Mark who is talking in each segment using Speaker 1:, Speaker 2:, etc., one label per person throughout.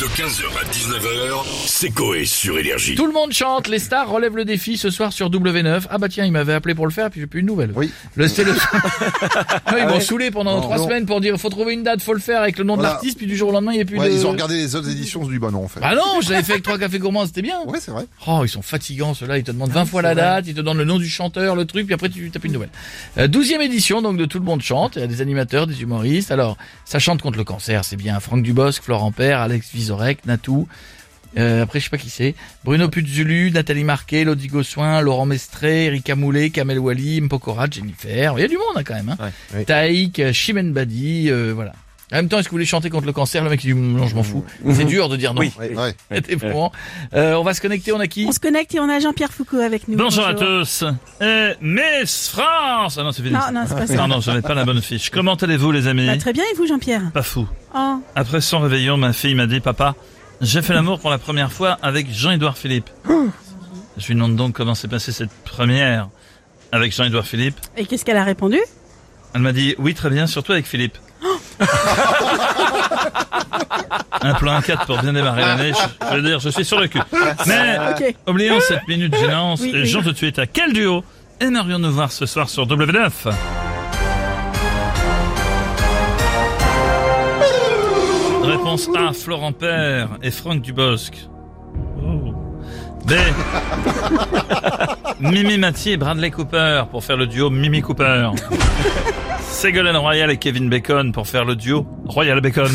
Speaker 1: De 15h à 19h, c'est Coé sur Énergie.
Speaker 2: Tout le monde chante, les stars relèvent le défi ce soir sur W9. Ah bah tiens, il m'avait appelé pour le faire, puis j'ai plus une nouvelle.
Speaker 3: Oui. Ah
Speaker 2: Le, c'est le... Non, ils m'ont saoulé pendant
Speaker 3: Non,
Speaker 2: trois
Speaker 3: non.
Speaker 2: semaines pour dire faut trouver une date, faut le faire avec le nom
Speaker 3: Voilà.
Speaker 2: de l'artiste, puis du jour au lendemain, il n'y a plus
Speaker 3: Ouais,
Speaker 2: de...
Speaker 3: ils ont regardé les autres éditions du Banon en fait.
Speaker 2: Ah non, je l'avais fait avec trois cafés gourmands, c'était bien.
Speaker 3: Ouais, c'est vrai.
Speaker 2: Oh, ils sont fatigants ceux-là, ils te demandent 20 fois la date, ils te donnent le nom du chanteur, le truc, puis après tu tapes une nouvelle. Euh, Douzième édition donc de Tout le monde chante, il y a des animateurs, des humoristes. Alors, ça chante contre le cancer, c'est bien. Franck Dubosc, Florent Père, Alex Vizorek, Natou. Euh, après, je sais pas qui c'est. Bruno Puzulu, Nathalie Marquet, Lodi Gossoin, Laurent Mestré, Rika Moulet, Kamel Wally, Mpokora, Jennifer. Il y a du monde hein, quand même. Hein. Taïk, euh, Chimène Badi, euh, voilà. En même temps, est-ce que vous voulez chanter contre le cancer Le mec il dit non, je m'en fous. C'est dur de dire non.
Speaker 3: Ouais, ouais.
Speaker 2: C'était bon. Euh, on va se connecter, on a qui
Speaker 4: On se connecte et on a Jean-Pierre Foucault avec nous.
Speaker 5: Bonjour à tous. Euh, Miss France Ah non, c'est fini.
Speaker 4: Non, non, c'est pas ça.
Speaker 5: non, non, je n'ai pas la bonne fiche. Comment allez-vous, les amis
Speaker 4: Bah, très bien, et vous, Jean-Pierre
Speaker 5: Pas fou.
Speaker 4: Oh,
Speaker 5: Après son réveillon, ma fille m'a dit Papa, j'ai fait l'amour pour la première fois avec Jean-Édouard Philippe. je lui demande donc comment s'est passée cette première avec Jean-Édouard Philippe.
Speaker 4: et qu'est-ce qu'elle a répondu
Speaker 5: Elle m'a dit Oui, très bien, surtout avec Philippe. Un plan 1-4 pour bien démarrer l'année. Je, je veux dire, je suis sur le cul. Mais
Speaker 2: Ah,
Speaker 4: Ok.
Speaker 5: Oublions cette minute gênante.
Speaker 4: Ah Oui, oui.
Speaker 5: Jean de Tueta, quel duo aimerions-nous voir ce soir sur W9 Réponse A, Florent Père et Franck Dubosc. Oh. B, Mimi Mathieu et Bradley Cooper pour faire le duo Mimi Cooper. Ségolène Royal et Kevin Bacon pour faire le duo Royal Bacon.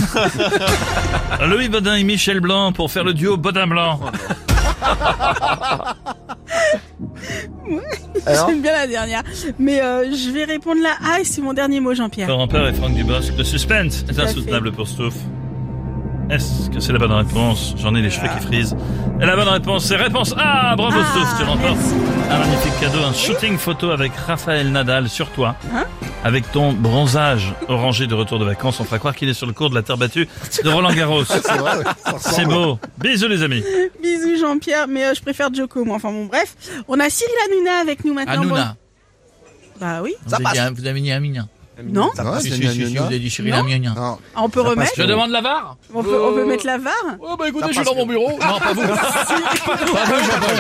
Speaker 5: Louis Bodin et Michel Blanc pour faire le duo Bodin Blanc.
Speaker 4: J'aime bien la dernière. Mais euh, je vais répondre la A et c'est mon dernier mot, Jean-Pierre.
Speaker 5: Florent Père et Franck Dubosc, le suspense est
Speaker 4: à fait.
Speaker 5: insoutenable pour Stouff. Est-ce que c'est la bonne réponse J'en ai les cheveux qui frisent. Et la bonne réponse, c'est réponse A Bravo
Speaker 4: Ah,
Speaker 5: Stouff, tu remportes
Speaker 4: merci.
Speaker 5: un magnifique cadeau, un shooting photo avec Raphaël Nadal sur toi.
Speaker 4: Hein
Speaker 5: avec ton bronzage orangé de retour de vacances, on fera croire qu'il est sur le cours de la terre battue de Roland Garros.
Speaker 3: C'est vrai, ouais. Ça ressemble.
Speaker 5: C'est beau. Bisous les amis.
Speaker 4: Bisous, Jean-Pierre, mais euh, je préfère Joko, moi. Enfin, bon, bref. On a Cyril Hanouna avec nous maintenant.
Speaker 2: Hanouna.
Speaker 4: Bon- Bah oui.
Speaker 2: Vous, avez dit- vous avez dit Amina.
Speaker 4: Non
Speaker 3: Ça passe,
Speaker 2: Si,
Speaker 3: gna,
Speaker 2: si,
Speaker 3: gna,
Speaker 2: si, si,
Speaker 3: gna.
Speaker 2: vous avez dit Cyril
Speaker 4: Non.
Speaker 2: Amina.
Speaker 3: Non.
Speaker 4: Ah, On peut
Speaker 3: Ça passe
Speaker 4: remettre
Speaker 2: Je demande la VAR
Speaker 4: on peut, on peut mettre la VAR
Speaker 2: Oh bah écoutez,
Speaker 3: Ça
Speaker 2: je suis
Speaker 3: passe
Speaker 2: dans mon
Speaker 3: que-
Speaker 2: bureau. Non, pas vous. pas vous, Jean-Paul.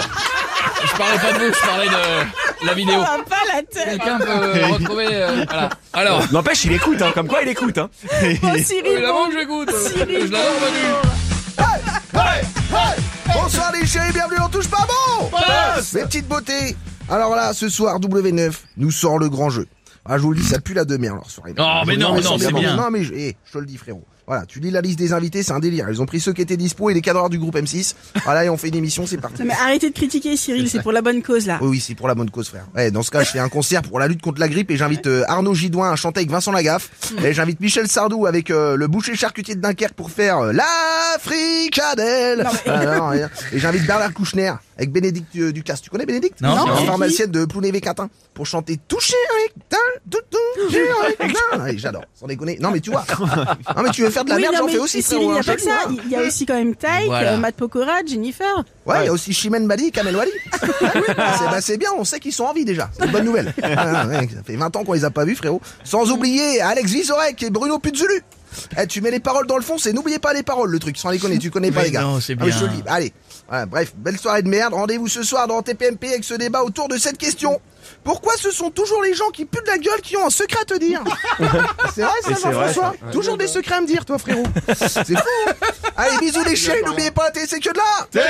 Speaker 2: Je parlais pas de vous, je parlais de la
Speaker 4: On
Speaker 2: vidéo.
Speaker 4: va Ah, pas la tête
Speaker 2: Quelqu'un peut retrouver... euh, voilà. Alors,
Speaker 6: N'empêche, il écoute, hein, comme quoi il écoute. Hein.
Speaker 4: Oh, Cyril,
Speaker 2: évidemment
Speaker 4: bon.
Speaker 2: que j'écoute.
Speaker 4: Cyril,
Speaker 2: Je l'adore, Manu.
Speaker 7: Bonsoir les chéris, bienvenue on Touche pas bon Mes petites beautés Alors là, ce soir, W9 nous sort le grand jeu. Ah, je vous le dis, ça pue la demeure leur soirée.
Speaker 2: Oh, mais
Speaker 7: Je-
Speaker 2: non, non,
Speaker 7: sans
Speaker 2: c'est
Speaker 7: blague.
Speaker 2: bien.
Speaker 7: Non, mais je, eh, je te le dis, frérot. Voilà, tu lis la liste des invités, c'est un délire. Ils ont pris ceux qui étaient dispo et les cadreurs du groupe M6. Voilà, et on fait une émission, c'est parti.
Speaker 4: Non, mais arrêtez de critiquer, Cyril, c'est pour la bonne cause, là.
Speaker 7: Oui, oui, c'est pour la bonne cause, frère. Ouais, dans ce cas, je fais un concert pour la lutte contre la grippe et j'invite euh, Arnaud Gidoin à chanter avec Vincent Lagaffe.
Speaker 4: Mm.
Speaker 7: Et j'invite Michel Sardou avec euh, le boucher charcutier de Dunkerque pour faire euh, l'Africadelle. Ah, non, rien. et j'invite Bernard Kouchner avec Bénédicte euh, Ducasse. Tu connais Bénédicte
Speaker 5: Non,
Speaker 7: La
Speaker 4: non.
Speaker 7: pharmacienne de Plounévé-Quintin pour chanter Touché avec Tin, tout, tout, touché avec Tin. Ouais, J'adore, sans déconner. Non, mais tu vois. Non, mais tu veux faire de la
Speaker 4: Oui,
Speaker 7: merde,
Speaker 4: non,
Speaker 7: j'en
Speaker 4: mais
Speaker 7: fais aussi,
Speaker 4: Cyril, il n'y a
Speaker 7: frérot, hein,
Speaker 4: pas que ça.
Speaker 7: chez nous, hein.
Speaker 4: Il y a aussi quand même Taïk,
Speaker 2: Voilà.
Speaker 4: euh, Matt Pokora, Jennifer.
Speaker 7: Ouais, il y a aussi Chimène Badi et Kamel Wally. c'est bah, c'est bien, on sait qu'ils sont en vie déjà. C'est une bonne nouvelle. Ah, ouais, ça fait 20 ans qu'on les a pas vus, frérot. Sans oublier Alex Vizorek et Bruno Puzulu. Eh, tu mets les paroles dans le fond, c'est n'oubliez pas les paroles, le truc. Sans les connaître, tu connais pas
Speaker 2: Mais
Speaker 7: les gars.
Speaker 2: non, c'est
Speaker 7: Ah, mais je te
Speaker 2: bien.
Speaker 7: le dis. Allez, Voilà, bref, belle soirée de merde. Rendez-vous ce soir dans TPMP avec ce débat autour de cette question. Pourquoi ce sont toujours les gens qui puent de la gueule qui ont un secret à te dire C'est vrai ça,
Speaker 6: Et c'est vrai,
Speaker 7: Jean-François Toujours des secrets à me dire, toi, frérot. C'est fou. hein Allez, bisous les chiens, n'oubliez pas, t'es- c'est que de là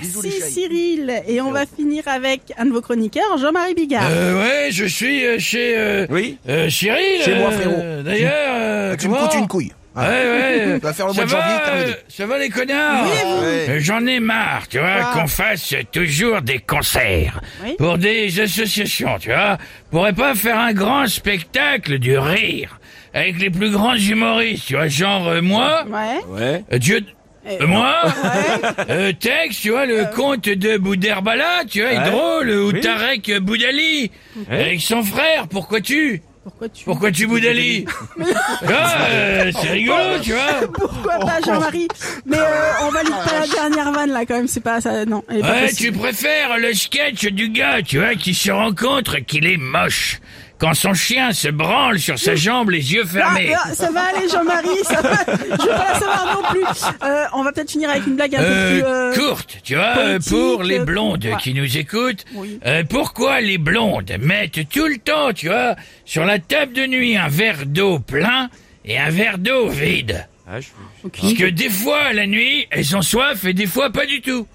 Speaker 7: Bisous, les
Speaker 4: Merci
Speaker 7: chéris.
Speaker 4: Cyril. Et on va finir avec un de vos chroniqueurs, Jean-Marie Bigard.
Speaker 2: Euh, ouais, je suis euh, chez euh,
Speaker 6: Oui.
Speaker 2: euh, Cyril.
Speaker 7: Chez moi,
Speaker 2: euh,
Speaker 7: frérot.
Speaker 2: D'ailleurs, euh,
Speaker 7: Ah, Tu me
Speaker 2: comment
Speaker 7: coûtes une couille.
Speaker 2: Ouais, ouais.
Speaker 7: Tu vas faire le
Speaker 2: ça
Speaker 7: mois de janvier,
Speaker 2: va,
Speaker 7: terminé.
Speaker 2: euh, ça va les connards Euh, J'en ai marre, tu
Speaker 7: Ah.
Speaker 2: vois, qu'on fasse toujours des concerts
Speaker 4: Oui.
Speaker 2: pour des associations, tu vois. Pourrait pas faire un grand spectacle du rire avec les plus grands humoristes, tu vois, genre euh, moi,
Speaker 4: Ouais.
Speaker 6: Ouais.
Speaker 2: euh, Dieu,
Speaker 4: Euh,
Speaker 2: euh, moi, euh, Tex, tu vois, le conte de Boudherbala, tu vois, est
Speaker 6: Ouais.
Speaker 2: drôle, ou
Speaker 6: Oui.
Speaker 2: Tarek Boudali avec son frère, pourquoi tu
Speaker 4: Pourquoi tu
Speaker 2: Pourquoi tu Boudali Tu vois, euh, C'est rigolo, tu vois. Oh.
Speaker 4: Pourquoi pas Jean-Marie
Speaker 2: Ah
Speaker 4: Mais euh, on valide pas la dernière vanne là quand même, c'est pas ça. Non. elle est pas
Speaker 2: Ouais, tu
Speaker 4: possible.
Speaker 2: préfères le sketch du gars, tu vois, qui se rend compte qu'il est moche. quand son chien se branle sur sa jambe, les yeux
Speaker 4: Ah,
Speaker 2: fermés.
Speaker 4: ah, ça va aller, Jean-Marie, ça va. Je veux pas la savoir non plus. Euh, on va peut-être finir avec une blague un
Speaker 2: Euh,
Speaker 4: peu plus. euh,
Speaker 2: courte, tu vois, euh, pour
Speaker 4: politique,
Speaker 2: les
Speaker 4: euh,
Speaker 2: blondes
Speaker 4: ouais.
Speaker 2: qui nous écoutent.
Speaker 4: Oui.
Speaker 2: Euh, pourquoi les blondes mettent tout le temps, tu vois, sur la table de nuit un verre d'eau plein et un verre d'eau vide Parce que des fois, la nuit, elles ont soif et des fois pas du tout.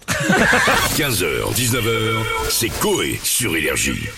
Speaker 1: 15h, 19h, c'est Coé sur Énergie.